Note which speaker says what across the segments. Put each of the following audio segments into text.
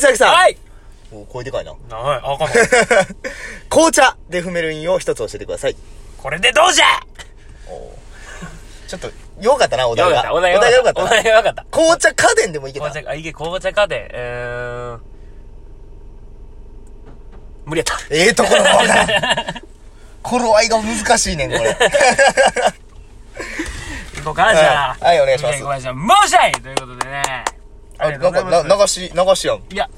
Speaker 1: 崎さん。
Speaker 2: はい
Speaker 1: お声でかいな。
Speaker 2: なあ、わかんない。
Speaker 1: 紅茶で踏める韻を一つ教えてください。
Speaker 2: これでどうじゃ
Speaker 1: ちょっと、よかったな、お題
Speaker 2: よ
Speaker 1: が
Speaker 2: かっ。た、お題よか
Speaker 1: よか
Speaker 2: っ。
Speaker 1: ったた
Speaker 2: お
Speaker 1: な。
Speaker 2: 題よかった。
Speaker 1: 紅茶家電でもいけた。
Speaker 2: 紅茶、あ、いけ、紅茶家電。えーん。無理やった。
Speaker 1: ええところがわからん。 頃合いが難しいねん、これ。
Speaker 2: いこうか、じゃあ。
Speaker 1: はいはいお願いします
Speaker 2: いこうかじゃあ、もうしゃいということでね。
Speaker 1: あ、
Speaker 2: り
Speaker 1: な
Speaker 2: が
Speaker 1: ん
Speaker 2: とうござい
Speaker 1: か、
Speaker 2: ます
Speaker 1: な流し、流しやん。
Speaker 2: いや。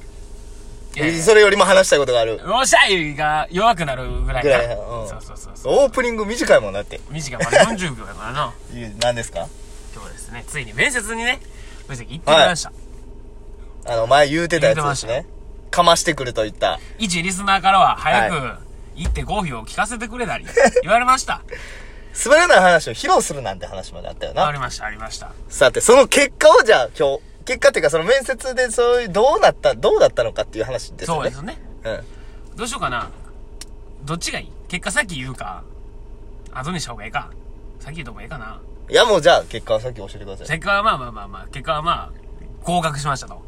Speaker 2: いやいや
Speaker 1: それよりも話したいことがある。
Speaker 2: もうしゃいが弱くなるぐらい
Speaker 1: ぐ
Speaker 2: な
Speaker 1: らいなうん
Speaker 2: そうそうそうそう。
Speaker 1: オープニング短いもんだって。
Speaker 2: 短い、まだ40秒やか らな。
Speaker 1: いい何ですか
Speaker 2: 今日はですね、ついに面接にね、面接行ってきました。
Speaker 1: あの、前言うてたやつです
Speaker 2: 言う
Speaker 1: ね。かましてくると言った。
Speaker 2: 一リスナーからは早く
Speaker 1: は
Speaker 2: 行って合否を聞かせてくれたり言われました。
Speaker 1: 滑らない話を披露するなんて話まであったよ
Speaker 2: あ
Speaker 1: な。
Speaker 2: りました、ありました。
Speaker 1: さて、その結果をじゃあ今日、結果っていうかその面接でそういう、どうなった、どうだったのかっていう話です
Speaker 2: そ
Speaker 1: よ
Speaker 2: う
Speaker 1: ね。
Speaker 2: ですね。
Speaker 1: うん。
Speaker 2: どうしようかな。どっちがいい結果さっき言うか、後にした方がいいか。さっき言った方がいいかな。
Speaker 1: いやもうじゃあ結果はさっき教えてください。
Speaker 2: 結果はまあまあまあまあ、結果はまあ、合格しましたと。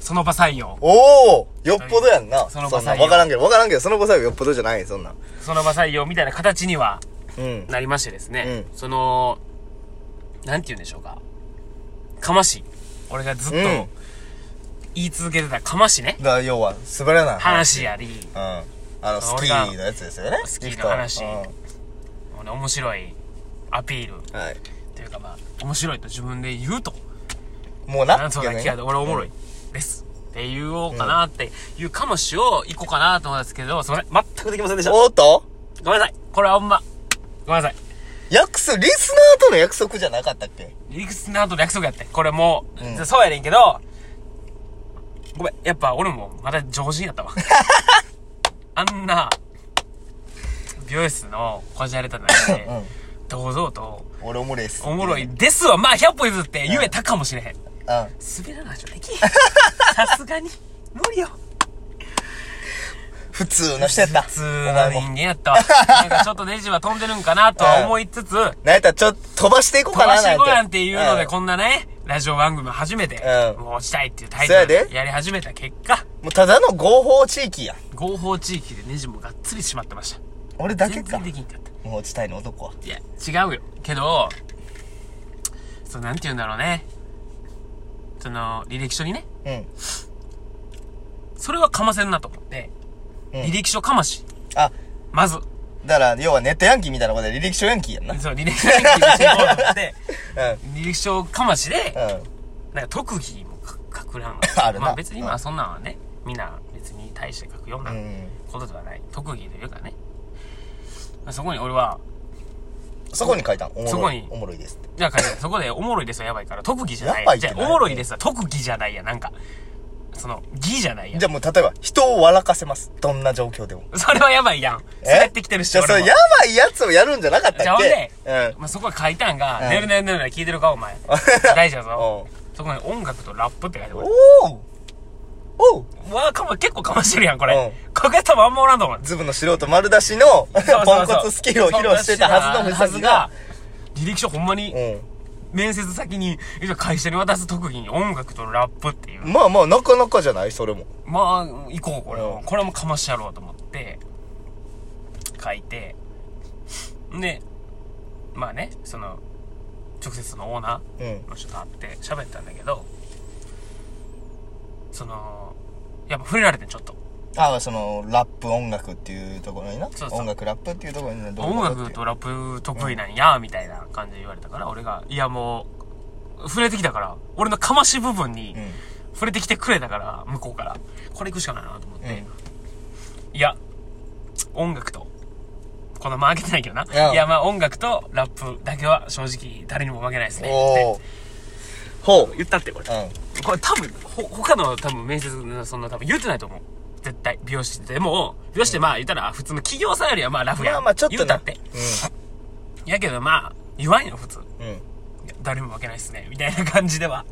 Speaker 2: その場採用。
Speaker 1: おおよっぽどやんな。
Speaker 2: そ
Speaker 1: その
Speaker 2: の場
Speaker 1: 場
Speaker 2: 採
Speaker 1: ん
Speaker 2: 用
Speaker 1: わからんけど、わからんけど、その場最後よっぽどじゃない、そんなん。
Speaker 2: その場採用みたいな形には
Speaker 1: うん。
Speaker 2: なりましてですね。
Speaker 1: う
Speaker 2: その、なんて言うんでしょうか。かまし。俺がずっと
Speaker 1: うん
Speaker 2: 言い続けてたかましね。
Speaker 1: だから要は、滑らない。
Speaker 2: 話やり、
Speaker 1: うん。あの、スキーのやつですよね。
Speaker 2: スキー
Speaker 1: リ
Speaker 2: の
Speaker 1: フト
Speaker 2: 話
Speaker 1: うん
Speaker 2: もうね面白いアピール
Speaker 1: はい。
Speaker 2: というかまあ面白いと自分で言うと
Speaker 1: もう
Speaker 2: な
Speaker 1: な、
Speaker 2: んそうだ
Speaker 1: 逆に
Speaker 2: けやで俺おもろいです、って言おうかなっていうかもしを行こうかなと思ったんですけどすいません全くできませんでした
Speaker 1: おーっと
Speaker 2: ごめんなさいこれはほんまごめんなさい
Speaker 1: 約束、リスナーとの約束じゃなかったっけ
Speaker 2: リスナーとの約束やってこれもう、
Speaker 1: うん
Speaker 2: そうやねんけどごめんやっぱ俺もまだ常人 やったわあんな美容室のこじゃれた中で、
Speaker 1: うん
Speaker 2: 堂々と
Speaker 1: 俺おもろいっす。
Speaker 2: おもろい
Speaker 1: うん。
Speaker 2: ですわ。まあ、100歩譲って言えたかもしれへん。滑らないじ ゃできへん。さすがに。無理よ。
Speaker 1: 普通の人やった。
Speaker 2: 普通な人
Speaker 1: お前も。
Speaker 2: 間やったわ。 なんかちょっとネジは飛んでるんかなとは思いつつ、飛
Speaker 1: なんやったらちょっと飛ばしていこうかな
Speaker 2: ば
Speaker 1: な
Speaker 2: してこやん
Speaker 1: ん
Speaker 2: っていうので、
Speaker 1: ん
Speaker 2: こんなね、ラジオ番組も初めて、
Speaker 1: うん
Speaker 2: もう落ちたいっていうタイ
Speaker 1: そや
Speaker 2: ト
Speaker 1: で
Speaker 2: ルやり始めた結果、
Speaker 1: もうただの合法地域やん。
Speaker 2: 合法地域でネジもがっつりしまってました。
Speaker 1: 俺だけ
Speaker 2: 全
Speaker 1: か
Speaker 2: 然。できんかった。
Speaker 1: もう落ちたいの男は。
Speaker 2: いや、違うよ。けど、そう、なんて言うんだろうね。その、履歴書にね、
Speaker 1: うん。
Speaker 2: それはかませんなと思って、
Speaker 1: うん
Speaker 2: 履歴書かまし。
Speaker 1: あ、
Speaker 2: まず、
Speaker 1: だから、要はネットヤンキーみたいなことで履歴書ヤンキーやんな。
Speaker 2: そう、履歴書に行こうと思って、
Speaker 1: う
Speaker 2: 履歴書かましで、
Speaker 1: ん。うん。
Speaker 2: なんか特技もか書くらん
Speaker 1: あるな
Speaker 2: まあ別にま
Speaker 1: う
Speaker 2: あ
Speaker 1: ん
Speaker 2: そんなんはね、みんな別に大して書くような
Speaker 1: うん
Speaker 2: ことではない。特技というかね。まあそこに俺は、
Speaker 1: そこに書いたんおもろい。
Speaker 2: そこに
Speaker 1: おもろいですって。
Speaker 2: じゃあ書いてそこでおもろいですはやばいから、特技じゃない。
Speaker 1: やばいっ
Speaker 2: じ
Speaker 1: て
Speaker 2: ゃ
Speaker 1: な
Speaker 2: あおもろいですは特技じゃないや、なんか。その、技じゃないや
Speaker 1: じ。ゃあもう例えば、人を笑かせます。どんな状況でも。
Speaker 2: それはやばいやん。そうやってきてるし、
Speaker 1: じゃあそ
Speaker 2: 俺
Speaker 1: れ
Speaker 2: も
Speaker 1: やばいやつをやるんじゃなかったっけ
Speaker 2: じゃあほんで、
Speaker 1: うん。
Speaker 2: まあ、そこは書いたんが、
Speaker 1: うん
Speaker 2: ねるねるねるね聞いてるかお前。大事だぞ
Speaker 1: う。
Speaker 2: そこに音楽とラップって書いてある。
Speaker 1: おおおう
Speaker 2: わあ、かま、結構かましてるやん、これ。
Speaker 1: う
Speaker 2: かけたまんまおらんと思う。
Speaker 1: ズブの素人丸出しの
Speaker 2: そう
Speaker 1: ポンコツスキルを披露してたはずの
Speaker 2: は
Speaker 1: 藤
Speaker 2: ず
Speaker 1: 崎
Speaker 2: が
Speaker 1: が、、
Speaker 2: 履歴書ほんまに、
Speaker 1: う
Speaker 2: 面接先に、会社に渡す特技に音楽とラップっていう。
Speaker 1: ん。まあまあ、なかなかじゃないそれも。
Speaker 2: まあ、行こう、これは
Speaker 1: う。ん
Speaker 2: これもかましてやろうと思って、書いて、で、まあね、その、直接そのオーナー、
Speaker 1: うん。
Speaker 2: ちょっと会って喋ったんだけどそのやっぱ触れられてんちょっと
Speaker 1: ああ、その、ラップ音楽っていうところにな。
Speaker 2: そうそう
Speaker 1: 音楽ラップっていうところにな。どう
Speaker 2: 音
Speaker 1: いうことっ
Speaker 2: 楽
Speaker 1: ていう
Speaker 2: とラップ得意なんやみたいな感じで言われたから俺がいやもう触れてきたから俺のかまし部分に
Speaker 1: うん。
Speaker 2: 触れてきてくれたから向こうからこれ行くしかないなと思って、いや音楽とこの負けてないけどな、
Speaker 1: うん
Speaker 2: いやまあ音楽とラップだけは正直誰にも負けないですね
Speaker 1: お
Speaker 2: っ
Speaker 1: お。ほう
Speaker 2: て。言ったってこれ
Speaker 1: う
Speaker 2: これ多分ほ他の多分面接のそんな多分言うてないと思う絶対美容師でも美容師ってまあ言ったら普通の企業さんよりはまあラフ
Speaker 1: ん。
Speaker 2: やん
Speaker 1: まあまあ、ちょっ
Speaker 2: 言
Speaker 1: と
Speaker 2: うた
Speaker 1: な。
Speaker 2: ってやけどまあ言わんよ普通
Speaker 1: うん。うん。
Speaker 2: いや誰も負けないっすねみたいな感じでは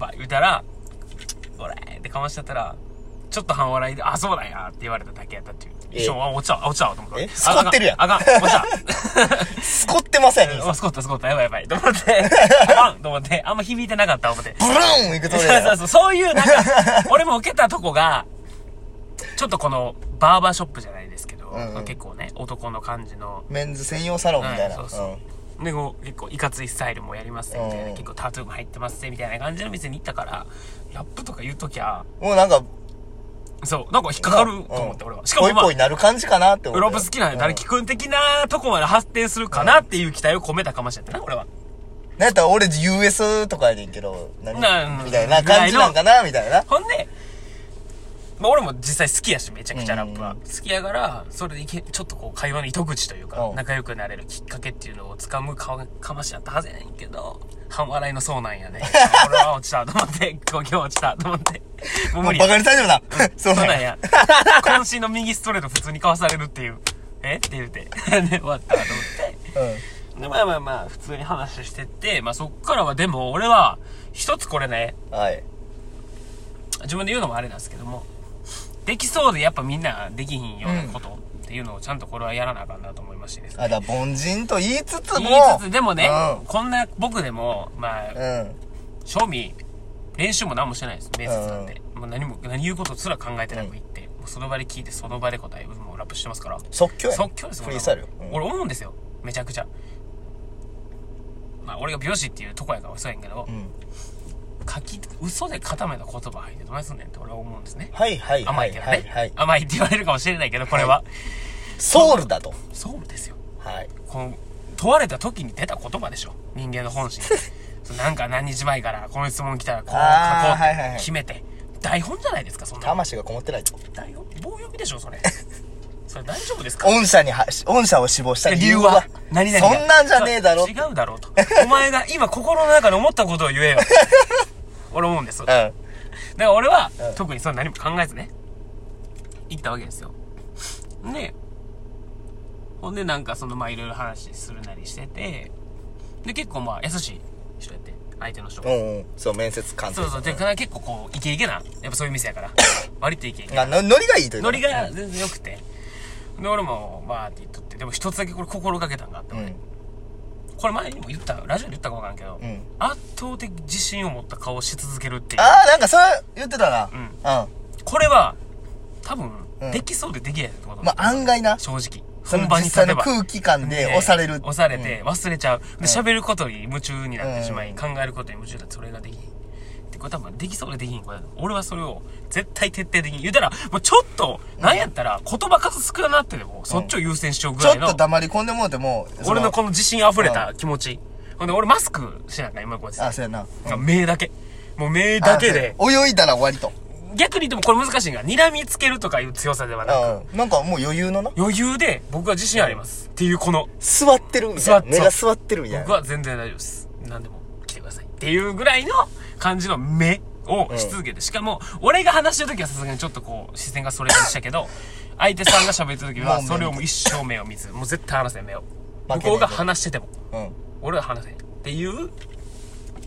Speaker 2: まあ言うたら「俺」ってかましちゃったら「ちょっと半笑いで、あ、そうだやって言われただけやったっていう。
Speaker 1: え
Speaker 2: 一瞬、あ、落ちた、落ちたわと思った。
Speaker 1: えスコってるやん
Speaker 2: あかん、あかん落 ちた。
Speaker 1: すこってません、兄さん。
Speaker 2: あ、スコった、スコった、やばいやばい。と思って、 あかんと思って、あんま響いてなかった、思って。
Speaker 1: ブルーン行くと
Speaker 2: そ
Speaker 1: れ
Speaker 2: うそ
Speaker 1: だ
Speaker 2: う
Speaker 1: よ。
Speaker 2: そう、そういう、な んか、俺も受けたとこが、ちょっとこの、バーバーショップじゃないですけど、
Speaker 1: んうん
Speaker 2: 結構ね、男の感じの、
Speaker 1: メンズ専用サロンみたいな。
Speaker 2: うん
Speaker 1: う
Speaker 2: そうそうんでこう結構いかついスタイルもやりますねみたいな、
Speaker 1: うん
Speaker 2: 結構タトゥーも入ってますねみたいな感じの店に行ったからラップとか言うときゃ
Speaker 1: もうなんか、
Speaker 2: そうなんか引っかかると思って
Speaker 1: うん
Speaker 2: 俺はしかもま
Speaker 1: ぽいぽ
Speaker 2: あ
Speaker 1: いなる感じかなって思
Speaker 2: ラップ好きなんで
Speaker 1: で
Speaker 2: 誰聞くん的なとこまで発展するかなっていう期待を込めたかもしれないな俺は
Speaker 1: なんやったら俺 US とかやねんけど、何
Speaker 2: な
Speaker 1: みたいな感じなんかなみたいな。
Speaker 2: ほんでまあ俺も実際好きやしめちゃくちゃラップは
Speaker 1: うん
Speaker 2: 好きやからそれでいけちょっとこう会話の糸口というか
Speaker 1: うん
Speaker 2: 仲良くなれるきっかけっていうのをつかむかかましやったはずやねんけど半笑いのそうなん やね俺は落ちたと思って今日落ちたと思ってもう
Speaker 1: も
Speaker 2: 無
Speaker 1: う
Speaker 2: 理
Speaker 1: バカにされてるな。そう
Speaker 2: そ
Speaker 1: な
Speaker 2: うなん
Speaker 1: んや。
Speaker 2: や。渾身の右ストレート普通にかわされるっていう。えって 言うて。で、終わったと思って。で、まあまあまあ、普通に話してって、まあそっからはでも俺は、一つこれね、
Speaker 1: うん。はい。
Speaker 2: 自分で言うのもあれなんですけども、できそうでやっぱみんなできひんようなことっていうのをちゃんとこれはやらなあかんなと思いましてですね。
Speaker 1: あ、だから凡人と言いつつも。
Speaker 2: 言いつつ、でもね、こんな僕でも、ま
Speaker 1: うん。
Speaker 2: あ、
Speaker 1: うん。
Speaker 2: 賞味、練習も何もしてないです、面接なんて。もう何も、何言うことすら考えてなく行って、もうその場で聞いて、その場で答え、もうラップしてますから。
Speaker 1: 即興やね
Speaker 2: 即興です
Speaker 1: フリースタイルよ。
Speaker 2: 俺
Speaker 1: うん
Speaker 2: は俺思うんですよめちゃくちゃまあ俺が美容師っていうとこやからそうやんけど、
Speaker 1: ん
Speaker 2: 書き嘘で固めた言葉入ってどないすんねんって俺は思うんですね
Speaker 1: はいはいは
Speaker 2: 甘い
Speaker 1: い
Speaker 2: けどね、
Speaker 1: はいはい。
Speaker 2: 甘いって言われるかもしれないけどこれは、
Speaker 1: ソウルだと。
Speaker 2: そうですよ
Speaker 1: はい。
Speaker 2: この問われた時に出た言葉でしょ人間の本 心そうなんか何日前からこの質問来たらこう書こう
Speaker 1: あーはいはいは
Speaker 2: って
Speaker 1: い
Speaker 2: 決めて、台本じゃないですかそんなの
Speaker 1: 魂がこもってないと。
Speaker 2: 台本棒読みでしょ それそれ大丈夫ですか
Speaker 1: 御社には、御社を死亡した理由は。
Speaker 2: 何々が
Speaker 1: そんなんじゃねえだろ。
Speaker 2: 違うだろうと。お前が今心の中で思ったことを言え よ。俺思うんです。だか
Speaker 1: うん。
Speaker 2: ら俺は、
Speaker 1: うん
Speaker 2: 特にそんな何も考えずね、行ったわけですよ。ねほんでなんかそのまあいろいろ話するなりしてて、で結構まあ優しい人やって、相手の人が。
Speaker 1: うんうん。そう、面接官
Speaker 2: そうそう、で、結構こう、イケイケな、やっぱそういう店 やから。割とイケイケ。
Speaker 1: あのノリがいいというか
Speaker 2: ノリが全然良くて。で、俺も、まあって言っとって、でも一つだけこれ心がけたんがあって、
Speaker 1: う
Speaker 2: 俺
Speaker 1: ん。
Speaker 2: これ前にも言った、ラジオで言ったかわからんけど、
Speaker 1: うん
Speaker 2: 圧倒的自信を持った顔をし続けるっていう。
Speaker 1: ああ、なんかそれ言ってたな。
Speaker 2: ん
Speaker 1: うん。
Speaker 2: これは、多分、
Speaker 1: うん
Speaker 2: できそうでできないってこと。
Speaker 1: まあ、案外な。
Speaker 2: 正直。
Speaker 1: その
Speaker 2: 本番
Speaker 1: 実
Speaker 2: に立
Speaker 1: 際
Speaker 2: て
Speaker 1: の
Speaker 2: ば。
Speaker 1: 空気感で
Speaker 2: ね
Speaker 1: 押される。
Speaker 2: 押されて、忘れちゃう。で、喋ることに夢中になってしまい、
Speaker 1: うん
Speaker 2: 考えることに夢中になって、それができひん。で、これ多分、できそうでできひんことやと思う。俺はそれを、絶対徹底的に。言うたら、もうちょっと、なんやったら、言葉数少なってでも、そっちを優先しよう
Speaker 1: うん
Speaker 2: ぐ
Speaker 1: ちょ
Speaker 2: らい
Speaker 1: っ
Speaker 2: の。
Speaker 1: と黙り込んでもうても、そ
Speaker 2: 俺のこの自信溢れた気持ち。ほんで、俺マスクしてなんか今こうやってさ
Speaker 1: あ、そうやな。
Speaker 2: が目だけ。もう目だけで。
Speaker 1: あ。そうや泳いだら終わりと。
Speaker 2: 逆に言ってもこれ難しいが、睨みつけるとかいう強さではなく、
Speaker 1: うん。なんかもう余裕のな。
Speaker 2: 余裕で僕は自信あります。っていうこの、
Speaker 1: 座ってるみたいな。目が座ってるみたい
Speaker 2: 僕
Speaker 1: な。
Speaker 2: は全然大丈夫です。何でも来てください。っていうぐらいの感じの目をし続けて、しかも、俺が話してる時はさすがにちょっとこう、視線がそれでしたけ ど、相手さんが喋ってる時は、それをもう一生目を見ず、もう絶対話せん、目を。向こうが話してても、
Speaker 1: うん。うん。
Speaker 2: 俺は話せん。っていう、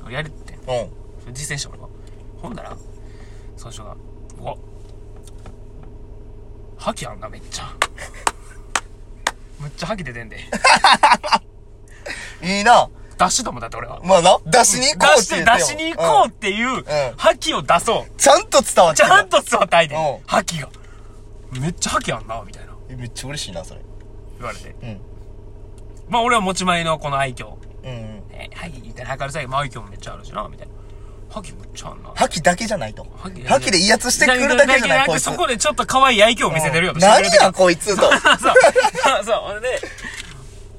Speaker 2: やるってん実践してもらおうほんならその人が「うわ覇気あんなめっち ゃむっちゃ覇気出てんで
Speaker 1: いいな。
Speaker 2: 出しと思ったって俺は
Speaker 1: まあな、出しに行こう
Speaker 2: 出
Speaker 1: っ
Speaker 2: してて
Speaker 1: 言って
Speaker 2: 出しに行こう
Speaker 1: う
Speaker 2: っ
Speaker 1: ん。
Speaker 2: ていう覇気を出そう
Speaker 1: ちゃんと伝わって
Speaker 2: ち
Speaker 1: る。
Speaker 2: ゃんと座った相手
Speaker 1: う
Speaker 2: に
Speaker 1: ん
Speaker 2: 覇気がめっちゃ覇気あんなみたいな
Speaker 1: えめっちゃ嬉しいな、それ。
Speaker 2: 言われて
Speaker 1: うん。
Speaker 2: まあ俺は持ち前のこの愛嬌
Speaker 1: うん。
Speaker 2: えはいみたいな明るさまあ愛嬌もめっちゃあるしなみたいな覇気むっちゃあんな
Speaker 1: 覇気だけじゃないと。
Speaker 2: 覇気
Speaker 1: 覇気で威圧してくるだけじゃない、こいつ。
Speaker 2: そこでちょっと可愛い愛嬌を見せてるよと
Speaker 1: 何や、こいつと。
Speaker 2: そう。そう、俺で、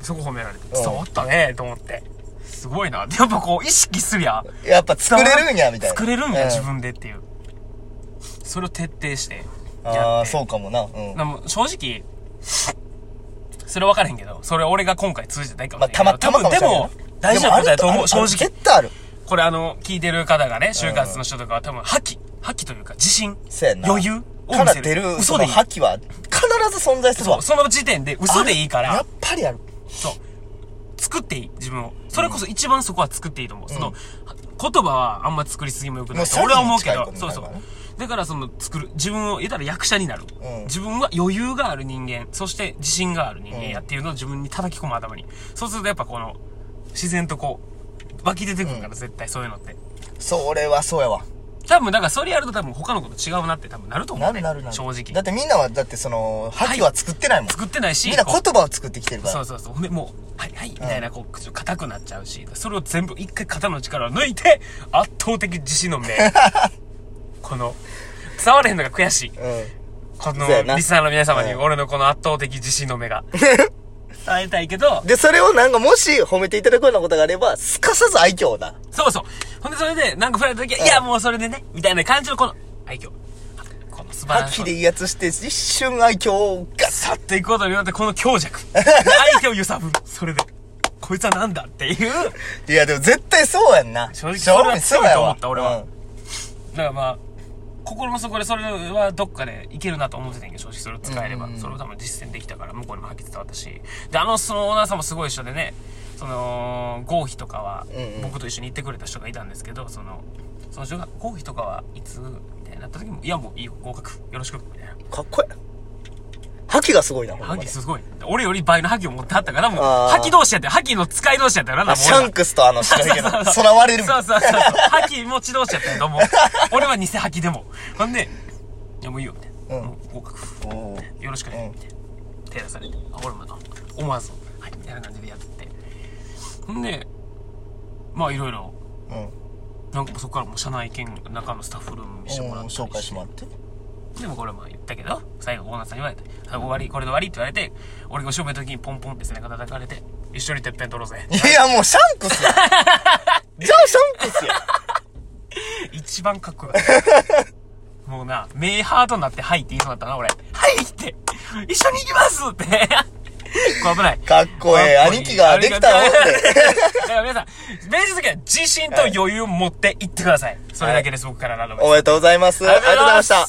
Speaker 2: そこ褒められて、
Speaker 1: うん
Speaker 2: 伝わったね、と思って。すごいな。でやっぱこう、意識すりゃ、
Speaker 1: やっぱ作れるんや、みたいな。
Speaker 2: 作れるんや、自
Speaker 1: うん。
Speaker 2: 分でっていう。それを徹底して、
Speaker 1: あ
Speaker 2: や
Speaker 1: あ、
Speaker 2: って
Speaker 1: そうかもな。うん。
Speaker 2: でも正直、それ分からへんけど、それ俺が今回通じてないかも
Speaker 1: まあ、
Speaker 2: しれ
Speaker 1: た
Speaker 2: ない
Speaker 1: ま
Speaker 2: け
Speaker 1: た
Speaker 2: ど。
Speaker 1: まかもしれ
Speaker 2: 多分で
Speaker 1: ない
Speaker 2: も、大丈夫だと思う、正直。
Speaker 1: 絶対ある。
Speaker 2: これあの、聞いてる方がね、就活の人とかは多分、覇気、覇気というか、自信、
Speaker 1: そうやんな。
Speaker 2: 余裕を見
Speaker 1: から
Speaker 2: せ
Speaker 1: 出る、
Speaker 2: 嘘でいい
Speaker 1: その。覇気は、必ず存在する
Speaker 2: そ
Speaker 1: わ
Speaker 2: う、。その時点で嘘でいいから
Speaker 1: やっ、ぱりある。
Speaker 2: そう。作っていい、自分を。それこそ一番そこは作っていいと思う。その、言葉はあんま作りすぎもよくないと
Speaker 1: もう詐欺
Speaker 2: 俺は思うけ
Speaker 1: に近い
Speaker 2: ど
Speaker 1: こ、と
Speaker 2: そ
Speaker 1: になる
Speaker 2: うそう
Speaker 1: からね。
Speaker 2: だからその作る、自分を、言ったら役者になる、
Speaker 1: うん
Speaker 2: 自分は余裕がある人間、そして自信がある人間やっていうのを自分に叩き込む頭に。そうするとやっぱこの、自然とこう、湧き出てくるから、絶対そういうのって。
Speaker 1: それはそうやわ。
Speaker 2: 多分、だからそれやると多分他のこと違うなって多分なると思
Speaker 1: な
Speaker 2: うね。
Speaker 1: るなるなる。
Speaker 2: 正
Speaker 1: だ
Speaker 2: 直
Speaker 1: っ。てみんなは、だってその、覇気は作ってないもん。
Speaker 2: 作ってないし、
Speaker 1: みんな
Speaker 2: こ
Speaker 1: 言
Speaker 2: う
Speaker 1: 葉を作ってきてるか
Speaker 2: そ
Speaker 1: ら
Speaker 2: う。そうそう。ほんで、もう、はいはい、みたいな、こう、口硬くなっちゃうし、それを全部一回肩の力を抜いて、圧倒的自信 の目。この、伝われへんのが悔しい。
Speaker 1: う
Speaker 2: この
Speaker 1: そうやな
Speaker 2: リスナーの皆様に
Speaker 1: うん
Speaker 2: 俺のこの圧倒的自信の 目が伝えたいけど
Speaker 1: ん。で、それをなんかもし褒めていただくようなことがあれば、すかさず愛嬌だ。
Speaker 2: そうそうほんでそれでなんか振られた時は、
Speaker 1: うん
Speaker 2: いやもうそれでねみたいな感じのこの愛嬌この素晴ら
Speaker 1: 覇
Speaker 2: し
Speaker 1: 気
Speaker 2: い
Speaker 1: でいいやつして、一瞬愛嬌をガッ
Speaker 2: 去っていくことによってこの 強弱相手を揺さぶるそれでこいつはなんだっていう
Speaker 1: いや、でも絶対そうやんな。
Speaker 2: 正直それは強いと思った
Speaker 1: 正
Speaker 2: 俺
Speaker 1: 味そうや
Speaker 2: は
Speaker 1: わ
Speaker 2: だからまあ心の底でそれはどっかでいけるなと思ってたんやけど正直それを使えれば、それを多分実践できたから向こうにも吐き伝わったしであのそのオーナーさんもすごい一緒でねその合否とかは
Speaker 1: んうん
Speaker 2: 僕と一緒に行ってくれた人がいたんですけど、そのその人が合否とかはいつみたいになった時も「いやもういいよ合格よろしく」みたいな
Speaker 1: うん。かっこいい。覇気がすごいな、ほんま
Speaker 2: 覇
Speaker 1: に
Speaker 2: 気すごい俺より倍の覇気を持ってはったからもう
Speaker 1: あー
Speaker 2: 覇気同士やって覇気の使い同士やったよな
Speaker 1: あ、シャンクスとあの人だけど、空割れるみた
Speaker 2: そ
Speaker 1: いう
Speaker 2: そうそうそう。覇気持ち同士やったんやと思う。俺は偽覇気でも。ほんで、いやもういいよ、みたいな。
Speaker 1: うん
Speaker 2: もう合格。
Speaker 1: な。おー
Speaker 2: よろしくね、みたいな。手出されて、あ、俺もな。思わず、はい、みたいな感じでやってて。ほんで、まあいろいろ、
Speaker 1: うん。
Speaker 2: なんかもうそこからもう社内兼中のスタッフルーム見せてもら
Speaker 1: う
Speaker 2: っ
Speaker 1: ん
Speaker 2: たり
Speaker 1: 紹介してもらって。
Speaker 2: でもこれも言ったけど、最後オーナーさんに言われて、最後終わり、これで終わりって言われて、俺がお仕事の時にポンポンって背中叩かれて、一緒にてっぺん取ろうぜ。
Speaker 1: いや、もうシャンク スや。じゃあシャンクスや。
Speaker 2: 一番かっこよかった。もうな、メーハートになって、はいって言いそうだったな、俺。はいって、一緒に行きますって。これ危ない。
Speaker 1: かっこええ。
Speaker 2: かっこいい
Speaker 1: 兄貴ができたもんで。
Speaker 2: だから皆さん、練習の時は自信と余裕を持って行ってください。それだけです、僕からなので。
Speaker 1: おめでとうございます。ありがとうございました。